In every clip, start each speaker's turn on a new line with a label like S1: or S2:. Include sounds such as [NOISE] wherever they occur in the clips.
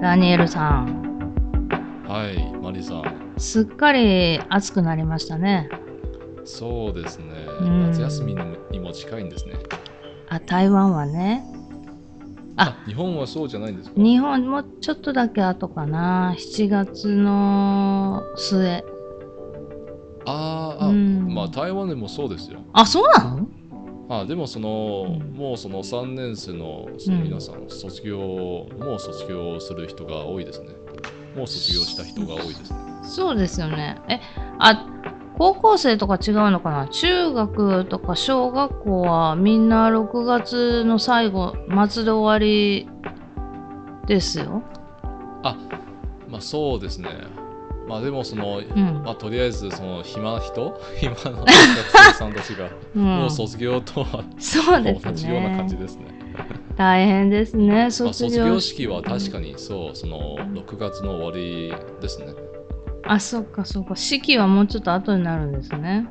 S1: ダニエルさん、
S2: はい、マリさん。
S1: すっかり暑くなりましたね。
S2: そうですね。
S1: ん
S2: 夏休みにもにも近いんですね。
S1: あ、台湾はね。あ、
S2: 日本はそうじゃないんですか
S1: 日本もちょっとだけ後かな。7月の末。
S2: あーあ、
S1: うん
S2: まあ台湾でもそうですよ。
S1: あ、そうなの
S2: あでもその、
S1: うん
S2: もうその3年生のその皆さん、卒業、もう卒業する人が多いですね。もう卒業した人が多いですね。
S1: そうですよね。え、あ、高校生とか違うのかな中学とか小学校はみんな6月の最後、末で終わりですよ。
S2: まあそうですね。まあでもその、
S1: うん。
S2: まあとりあえずその暇な人、暇の学生さんたちが、
S1: うん
S2: もう卒業とは
S1: そう
S2: も
S1: で
S2: う
S1: す
S2: 同じような感じ
S1: ね。
S2: ですね。
S1: 大変ですね、
S2: まあ、
S1: 卒
S2: 卒
S1: 業
S2: 業
S1: 式。
S2: 式は確かにそう、その6月の終わりですね。
S1: あ、そっかそっか。式はもうちょっと後になるんですね。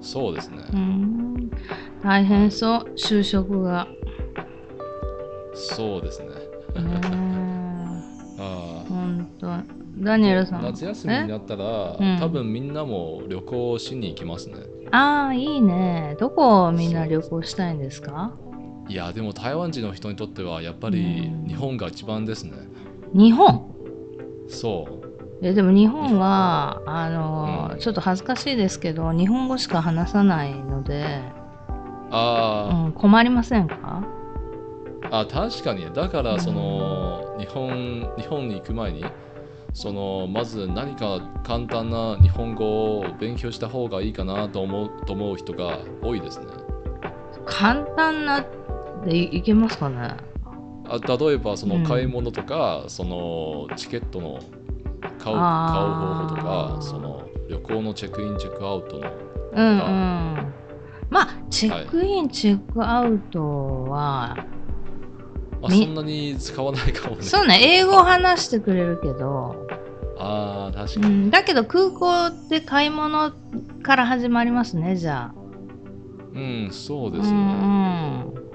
S2: そうですね。
S1: うん。大変そう、就職が。
S2: そうですね。
S1: ね
S2: あ
S1: え、ほんと。ダニエル
S2: あ
S1: さん。
S2: 夏休みになったら、
S1: えうん
S2: 多分みんなも旅行しに行きますね。
S1: ああ、いいね。どこをみんな旅行したいんですか
S2: いや、でも台湾人の人にとってはやっぱり
S1: うん
S2: 日本が一番ですね。
S1: 日本
S2: そう。
S1: えでも日本はあのー、
S2: うん
S1: ちょっと恥ずかしいですけど日本語しか話さないので、う
S2: あ
S1: ん、困りませんか
S2: ー、あ、確かに。だから、その、日本、日本に行く前に、そのまず何か簡単な日本語を勉強した方がいいかなと思うと思う人が多いですね。
S1: 簡単なでいいけますかね
S2: あ例えばそ
S1: うん
S2: の買い物とか、そのチケットの買う買う
S1: あ
S2: 方
S1: ー
S2: 法とかその旅行のチェックインチェックアウトの
S1: うんうんまあチェックイン、チェックアウトは
S2: あ
S1: み
S2: そんなに使わないかもね
S1: そうね英語を話してくれるけど、
S2: ああ
S1: う
S2: 確かに、
S1: ん、だけど空港で買い物から始まりますねじゃあ
S2: うん、そう
S1: う
S2: ですね、
S1: んうん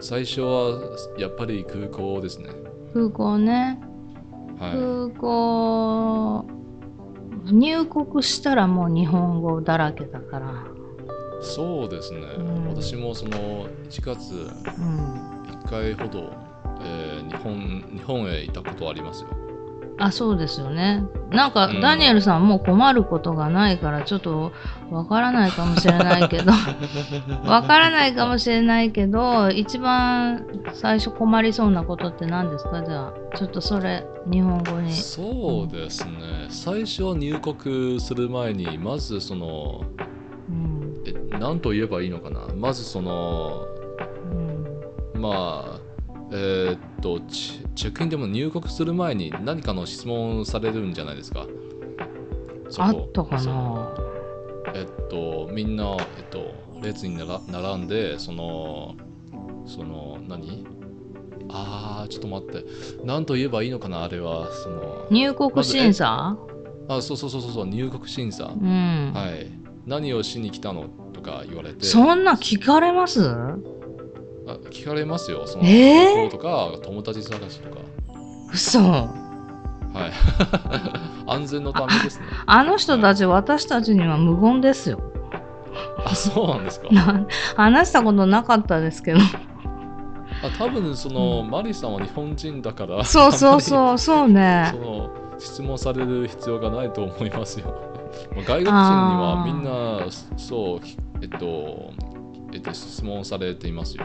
S2: 最初はやっぱり空港ですね
S1: 空港ね
S2: は
S1: 空港入国したらもう日本語だらけだから、
S2: いそうですね、
S1: ん
S2: 私もその1月
S1: うん、
S2: 1回ほど、えー日本日本へ行ったことあ
S1: [LAUGHS]
S2: りますよ
S1: あそうですよねなんか
S2: うん
S1: ダニエルさんもう困ることがないからちょっとわからないかもしれないけどわからないかもしれないけど一番最初困りそうなことって何ですかじゃあちょっとそれ日本語に
S2: そうですね最初入国する前にまずその
S1: うん
S2: え何と言えばいいのかなまずその
S1: うん
S2: まあえーっとチェチェックインでも入国する前に何かの質問されるんじゃないですかそこ
S1: あったか
S2: その
S1: な
S2: えっとみんな、えっと、列になら並んでそのその何あーちょっと待って何と言えばいいのかなあれはその
S1: 入国審査、
S2: あそうそうそうそうそう入国審査、
S1: うん、
S2: はい何をしに来たのとか言われて
S1: そんな聞かれます
S2: あ聞かれますよその
S1: えー
S2: 旅行とか、友達探しとか
S1: 嘘
S2: はい安全のためですね
S1: あの人たち、私たちには無言ですよ。 [LAUGHS]
S2: あそうなんですか
S1: な話したことなかったですけど。
S2: あ多分その、
S1: うん
S2: マリさんは日本人だから
S1: そうそう
S2: あんま
S1: そう、そう
S2: り
S1: ね
S2: そ。の質問される必要がないと思います
S1: [LAUGHS]
S2: よまあ外国人に
S1: あー
S2: はみんなそうきえっとえっと質問されていますよ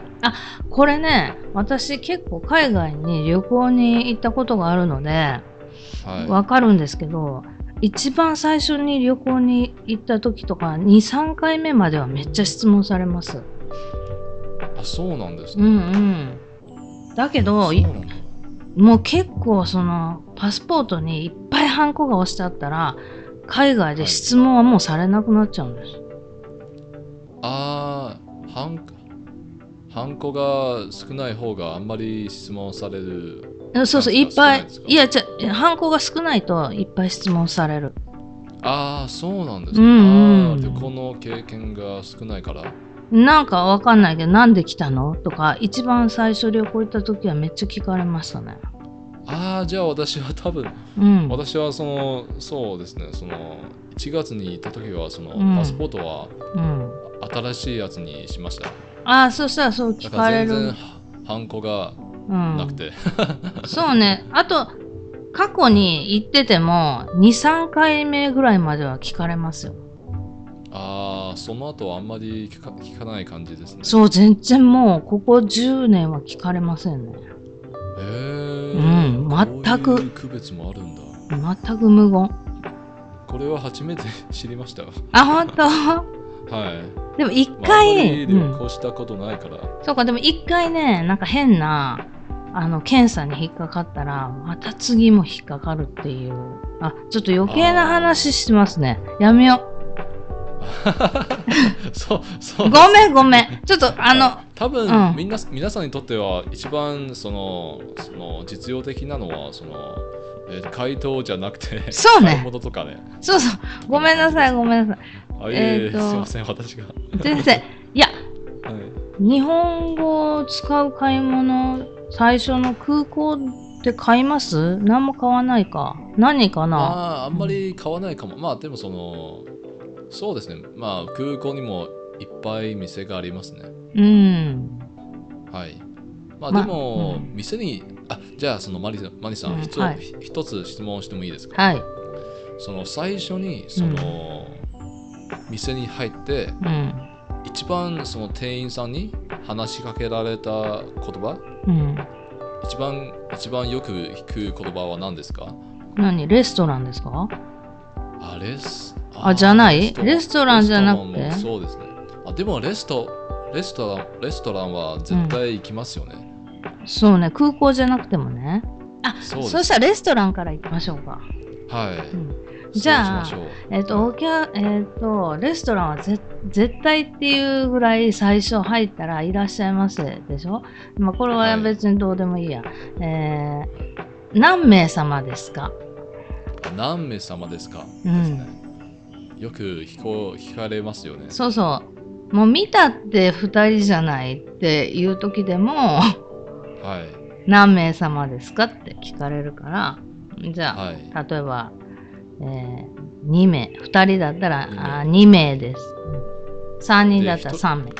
S1: これね、私結構海外に旅行に行ったことがあるので、
S2: は
S1: わかるんですけど、一番最初に旅行に行った時とか、2、3回目まではめっちゃ質問されます。
S2: いあそうなんです
S1: うん
S2: ね、
S1: うん。だけど、い
S2: そうなんだ
S1: もう結構そのパスポートにいっぱいハンコが押してあったら海外で質問はもうされなくなっちゃうんです、
S2: ああ、ハン、ハンコが少ない方があんまり質問される。
S1: えそうそう
S2: なん
S1: い
S2: で
S1: っ
S2: すか
S1: ぱい
S2: 少ないですか
S1: いやじゃハンコが少ないといっぱい質問される
S2: ああ、そうなんですか。
S1: うんうん
S2: あー旅行の経験が少ないから。
S1: なんかわかんないけどなんで来たのとか一番最初旅行行った時はめっちゃ聞かれましたね
S2: ああじゃあ私は多分 [LAUGHS]
S1: うん。
S2: 私はそのそうですねその1月に行った時はその
S1: うん
S2: パスポートは
S1: うん。
S2: 新しいやつにしました、
S1: ああ、そしたらそう
S2: だ
S1: 聞
S2: か
S1: かられ
S2: 全
S1: る。
S2: 然ハンコが
S1: うん、
S2: なくて、
S1: そうね。あと、過去に行ってても、2、3回目ぐらいまでは聞かれますよ。
S2: ああその後はあんまり聞か聞かない感じですね
S1: そう、全然もう、ここ10年は聞かれませんね。
S2: へえ
S1: うん全く
S2: こういう区別もあるんだ
S1: 全く無言。
S2: これは初めて知りましたはい
S1: あ、本当でも一
S2: まああんま
S1: 回、
S2: り
S1: う
S2: 旅
S1: ん、
S2: 行したことないから、
S1: そうか、でも一回ね、なんか変な、あの、検査に引っかかったら、また次も引っかかるっていう。あ、ちょっと余計な話してますね。やめよ。
S2: そうそう
S1: ごめんごめん。ちょっと、あの、
S2: 多分、
S1: うん
S2: みんな皆さんにとっては一番そのその実用的なのはその、えー回答じゃなくて
S1: そうね
S2: 買い物とかね
S1: そうそう。ごめんなさい、ごめんなさい。
S2: あいえいえ
S1: えーと
S2: すいません私が、は
S1: 先生、いや、
S2: い、
S1: 日本語を使う買い物、最初の空港で買います何も買わないか。何かな
S2: あーあんまり買わないかも、まあでもそのそうですねまあ空港にもいっぱい店がありますね
S1: うん。
S2: はいまあ
S1: ま
S2: でも、
S1: うん
S2: 店にあじゃあそのマリさんマリさ
S1: うんん
S2: 一つ、
S1: はい
S2: 一つ質問してもいいですか、
S1: はい。
S2: その最初にその、店に入って、
S1: うん。
S2: 一番その店員さんに話しかけられた言葉
S1: うん。
S2: 一番一番よく聞く言葉は何ですか
S1: 何レストランですか
S2: あレス
S1: あじゃない
S2: ト
S1: レストランじゃなくて
S2: レストランもそうですねあでもレストレストランレストランは絶対行きますよね、
S1: そうね、空港じゃなくてもね。あ
S2: そう
S1: そ
S2: で
S1: し
S2: す
S1: たらレストランから行きましょうか。
S2: はい、
S1: うん
S2: そう
S1: じゃあ
S2: しましょう
S1: えっ、と、お客、えっ、と、レストランはぜ絶対っていうぐらい最初入ったらいらっしゃいませでしょまあ、これは
S2: はい
S1: 別にどうでもいいや。えー何名様ですか
S2: 何名様ですか、
S1: うん
S2: ですねよく聞こ聞かれますよね
S1: そうそう。もう見たって2人じゃないっていう時でも [LAUGHS]
S2: はい
S1: 何名様ですかって聞かれるからじゃあ、
S2: はい
S1: 例えば、え2名2人だったら
S2: 二名
S1: あ2名です3人だったら
S2: で
S1: 3名、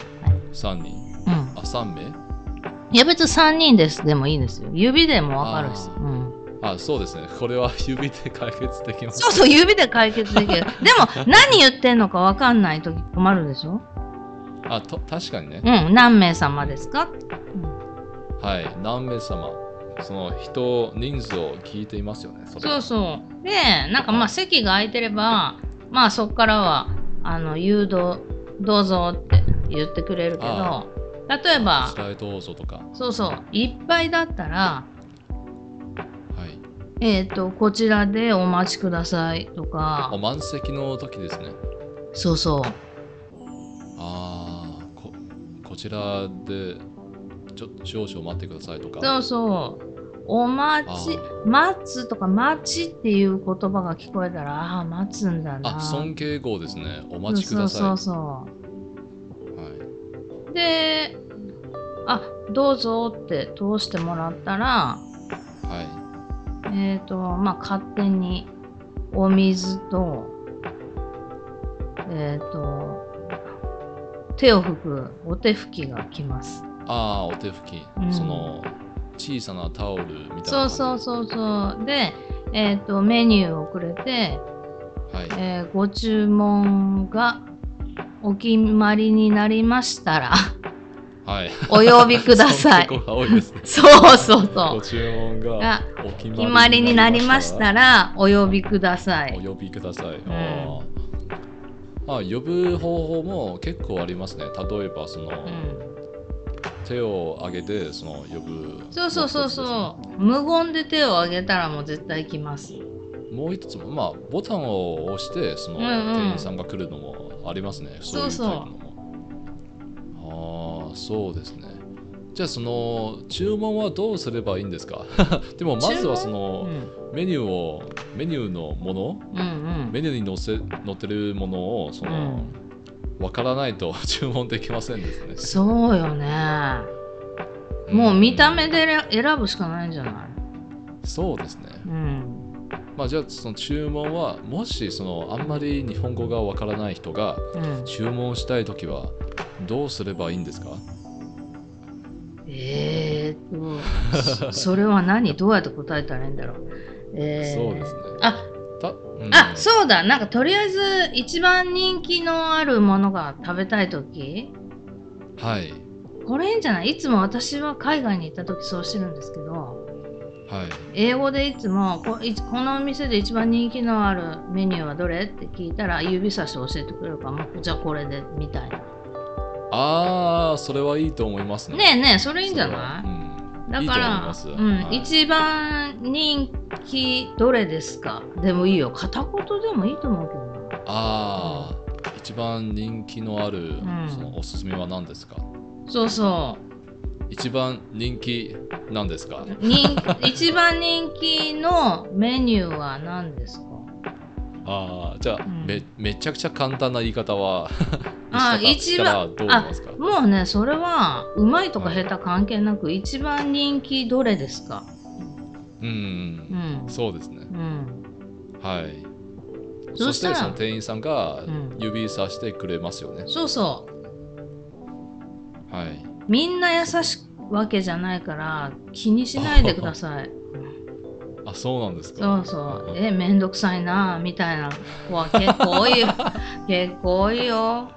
S2: 3人
S1: うん、
S2: あ三名
S1: いや別に3人ですでもいいですよ指でもわかるし
S2: あ、
S1: うん、
S2: あそうですねこれは [LAUGHS] 指で解決できます
S1: そうそう指で解決でき
S2: [LAUGHS]
S1: るでも何言ってんのかわかんない時困るでしょ
S2: あと確かにね、
S1: うん何名様ですか
S2: はい何名様その人人数を聞いていますよねそれ
S1: そうそうでなんかまあ席が空いてればまあそこからはあの誘導どうぞって言ってくれるけ
S2: あ
S1: ど例えば
S2: こちらへどうぞとかは
S1: そうそう、いっぱいだったら、
S2: い
S1: えっ、と、こちらでお待ちくださいと
S2: あ
S1: か、
S2: 満席の時ですね
S1: そうそ
S2: あーここちらでちょ少々待ってくださいとか
S1: う、そうそう、お待ち、待つとか、待ちっていう言葉が聞こえたら、ああー、待つんだな。
S2: あ尊敬語ですねお待ちください
S1: そうそうそう
S2: はい
S1: そう。で、あどうぞって通してもらったら、
S2: は
S1: えっ、と、まあ、勝手にお水と、えっ、と、手を拭くお手拭きが来ます。
S2: い、あーお手拭き、
S1: うん
S2: その小さなタオルみたいな感じ
S1: そうそうそうそう。で、えっ、と、メニューをくれて、
S2: はい
S1: えーご注文がお決まりになりました
S2: [LAUGHS]
S1: ら、
S2: はい
S1: お呼びください
S2: 尊。敬語が多いですね
S1: そうそうそ
S2: ご注文
S1: う。
S2: が
S1: が、
S2: お決
S1: 決まりになりました
S2: ら
S1: ら、お呼びくださ
S2: お
S1: い。
S2: 呼びください。ああ呼ぶ方法も結構ありますね。例えばその、
S1: うん、
S2: 手を挙げてその呼ぶ。
S1: そうそうそうそう。無言で手を挙げたらもう絶対来ます。
S2: う。もう一つもまあボタンを押してその、
S1: うんうん
S2: 店員さんが来るのもありますね。そういうタイプのも。ああそうですね。じゃあその注文はどうすればいいんですか [LAUGHS] でもまずはそ
S1: うん、う
S2: の
S1: ん
S2: メニューをメニューのもの
S1: うん。
S2: メニューに載せ載ってるものをその、わからないと [LAUGHS] 注文できませんですね。
S1: そうよね。もう見た目
S2: ん
S1: で選選ぶしかないんじゃない
S2: そうですね。
S1: うん。
S2: まあじゃあその注文はもしそのあんまり日本語がわからない人が
S1: うん。
S2: 注文したいときはどうすればいいんですか？
S1: えーっと、そ [LAUGHS] それは何どうやって答えたらいいんだろう。えー
S2: そうですね。
S1: あ、
S2: た、うん
S1: あ、そうだ。なんかとりあえず一番人気のあるものが食べたいとき、
S2: はい
S1: これいいんじゃないいつも私は海外に行ったときそうしてるんですけど、
S2: はい
S1: 英語でいつもこいこのお店で一番人気のあるメニューはどれって聞いたら指さして教えてくれるから、もうじゃあこれでみたいな。
S2: ああそれはいいと思いますね。
S1: ねえねえ、それいいんじゃない
S2: それは
S1: だ
S2: いいと
S1: か
S2: 思い
S1: ら
S2: ます
S1: うん
S2: はい
S1: 一番人気どれですかでもいいよ片言でもいいと思うけどな
S2: うんああ一番人気のある
S1: ん
S2: そのおすすめは何ですか？
S1: そうそ
S2: 一番人気なんですか？
S1: う人一番人気のメニューは何ですか
S2: ああじゃあ、
S1: うん
S2: めめちゃくちゃ簡単な言い方は [LAUGHS]
S1: あー
S2: したかしたらどう思いますか？
S1: もうねそれはうまいとか下手関係なく一番人気どれですか
S2: うん
S1: う
S2: うん、
S1: ん
S2: そうですね。
S1: うん
S2: はい。
S1: そ
S2: そ
S1: し
S2: したて
S1: ら
S2: その店員さんが
S1: うん
S2: 指さしてくれますよね。
S1: そうそう
S2: はい。
S1: みんな優しいわけじゃないから気にしないでください
S2: あそうなんですか。
S1: そうそう、え、めんどくさいなみたいな子は結構多
S2: [LAUGHS]
S1: いよ。結構多いよ。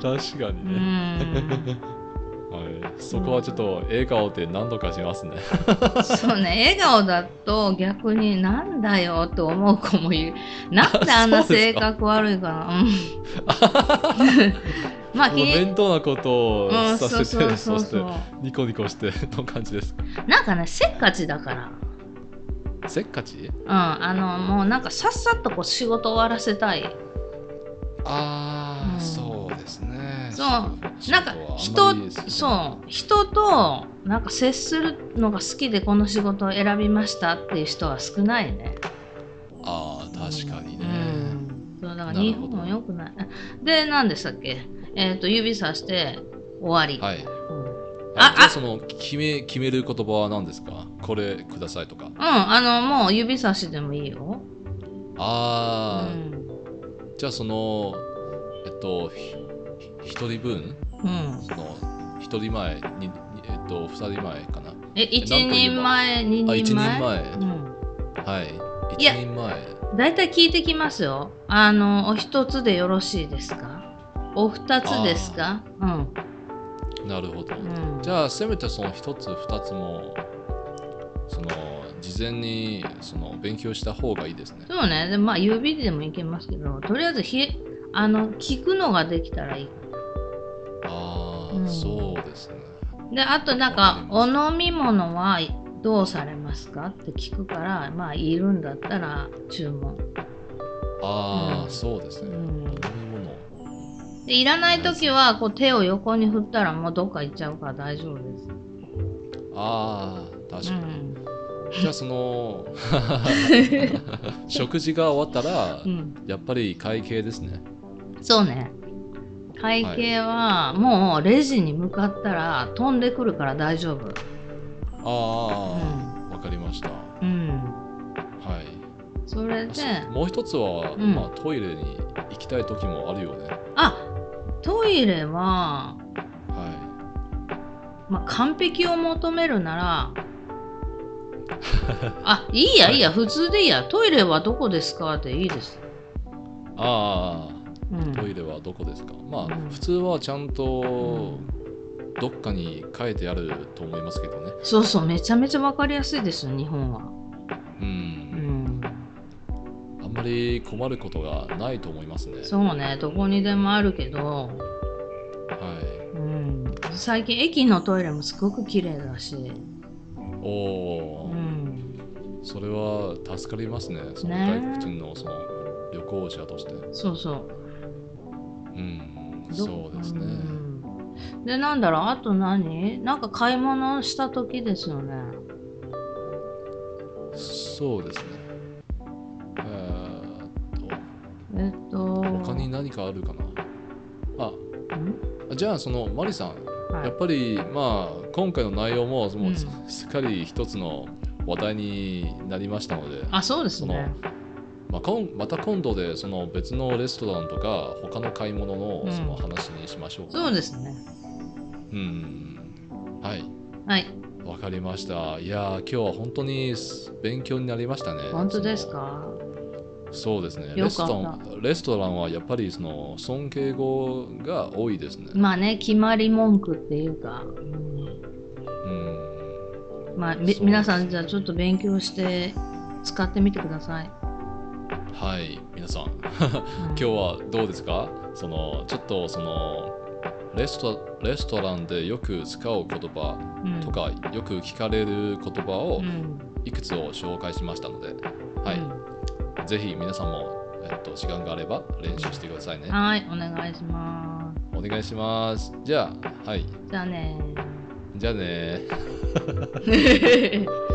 S2: 確か
S1: う
S2: にね、
S1: ん。
S2: [LAUGHS] はい。そこはちょっと笑顔で何度かしますね。
S1: うん、そうね、笑顔だと逆になんだよと思う子もいる。なんであんな
S2: そう
S1: 性
S2: ですか
S1: 格悪いかな。うん、
S2: [LAUGHS]
S1: まあ、
S2: こ
S1: 気に。
S2: の面倒なことを
S1: うん、
S2: さ
S1: そう
S2: せて、
S1: そうそう
S2: そし
S1: そ
S2: て
S1: う。
S2: ニコニコしての感じです。
S1: なんかね、せっかちだから。
S2: せっかち？
S1: うん、あの、もうなんかさっさとこう仕事終わらせたい。
S2: ああ、
S1: うん
S2: そうですね。
S1: そう
S2: 仕事
S1: なんか
S2: はあ
S1: 人
S2: んまりですね
S1: そう人となんか接するのが好きでこの仕事を選びましたっていう人は少ないね。
S2: ああ確かにね。
S1: うん、そうだから
S2: なる
S1: 日
S2: ほど
S1: 本も良くない。 [LAUGHS] で何でしたっけ、えー、と指さして終わり。
S2: はい。
S1: うん、うん
S2: あ
S1: あ
S2: じゃ
S1: あ
S2: あその決め決める言葉は何ですかこれくださいとか。
S1: あのもう指さしでもいいよ。う
S2: ああ、
S1: ん
S2: じゃあその、えっと、ひひ一人分
S1: うん、
S2: その一人前に、にえっと、二人前かな。
S1: え一人前二
S2: あ、一
S1: 人
S2: 人
S1: 前
S2: 前。
S1: うん
S2: はい。
S1: い
S2: 一
S1: や
S2: 人前。
S1: だいたい聞いてきますよ。あのお一つでよろしいですかお二つですかうん
S2: なるほど。
S1: うん
S2: じゃあ、せめてその一つ、二つも、その、事前にその勉強した方がいいですね。
S1: そうね、でまあ指でもいけますけど、とりあえずひあの聞くのができたらいい。
S2: ああ、
S1: うん
S2: そうですね。
S1: で、あとなん
S2: わか
S1: か
S2: り、
S1: お
S2: ま
S1: 飲み物はどうされますかって聞くから、まあいるんだったら注文。
S2: ああ、
S1: うん
S2: そうです
S1: う
S2: ね。
S1: ん
S2: 飲み物。
S1: でいらない時はこう手を横に振ったらもうどっか行っちゃうから大丈夫です。
S2: ああ、確
S1: う
S2: かに。
S1: ん。
S2: じゃあその食事が終わったら、
S1: うん、
S2: やっぱり会計ですね。
S1: そうね。会計はもうレジに向かったら飛んでくるから大丈夫。
S2: ああ、わかりました。は
S1: うん。うん。
S2: い。
S1: それで、
S2: もう一つは、
S1: うん
S2: まあトイレに行きたい時もあるよね。
S1: あトイレは、
S2: は
S1: まあ、完璧を求める
S2: [LAUGHS]
S1: ならあいいやいいや普通でいいやトイレはどこですかでいいです、
S2: い。あ
S1: う
S2: あ、
S1: ん、
S2: トイレはどこですか。ま
S1: うん
S2: あ普通はちゃんと
S1: うん
S2: どっかに書いてあると思いますけどね。
S1: そうそうめちゃめちゃ分かりやすいですよ日本は、う
S2: う。
S1: んん、
S2: あんまり困ることがないと思いますね。
S1: そうねどこにでもあるけど、
S2: は
S1: うん、最近駅のトイレもすごく綺麗だし、
S2: い。おお
S1: う。ん、
S2: それは助かりますね、その
S1: ね
S2: 外国人のその旅行者として。
S1: そうそう
S2: うん、
S1: ど
S2: そうですね。
S1: うんでなんだろうあと何なんか買い物した時ですよね
S2: そうですね。えーっ
S1: えっと
S2: と、他に何かあるかなあ
S1: ん
S2: あ、じゃあそのマリさん、
S1: はい
S2: やっぱりまあ今回の内容ももうす,、
S1: う
S2: っかり一つの話題になりましたので、
S1: あ、そうですね。
S2: まあ、今また今度でその別のレストランとか他の買い物
S1: う
S2: の
S1: ん
S2: その話にしましょうか。
S1: そうですね。
S2: うんはい、
S1: はい。
S2: わかりました。いやー、今日は本当に勉強になりましたね。
S1: 本当ですか
S2: そうですね
S1: よ
S2: レ
S1: か
S2: スト
S1: った
S2: ラン。レストランはやっぱりその尊敬語が多いですね。
S1: まあね、決まり文句っていうか、うん
S2: うん、
S1: まあ、
S2: そうで
S1: み
S2: す
S1: 皆さん、じゃあちょっと勉強して使ってみてください。
S2: はい、皆さん、
S1: 今
S2: 今日はどうですかそのちょっとそのレストレストランでよく使う言葉とか、よく聞かれる言
S1: う
S2: 葉を
S1: ん、
S2: いくつを紹介しましたので、はい、
S1: い。
S2: ぜひ皆さんも、えっと、時間があれば練習してくださいね。
S1: はい、お願いします。
S2: お願いします。じゃあ、はい、
S1: じゃあね。
S2: [LAUGHS] じゃあねー。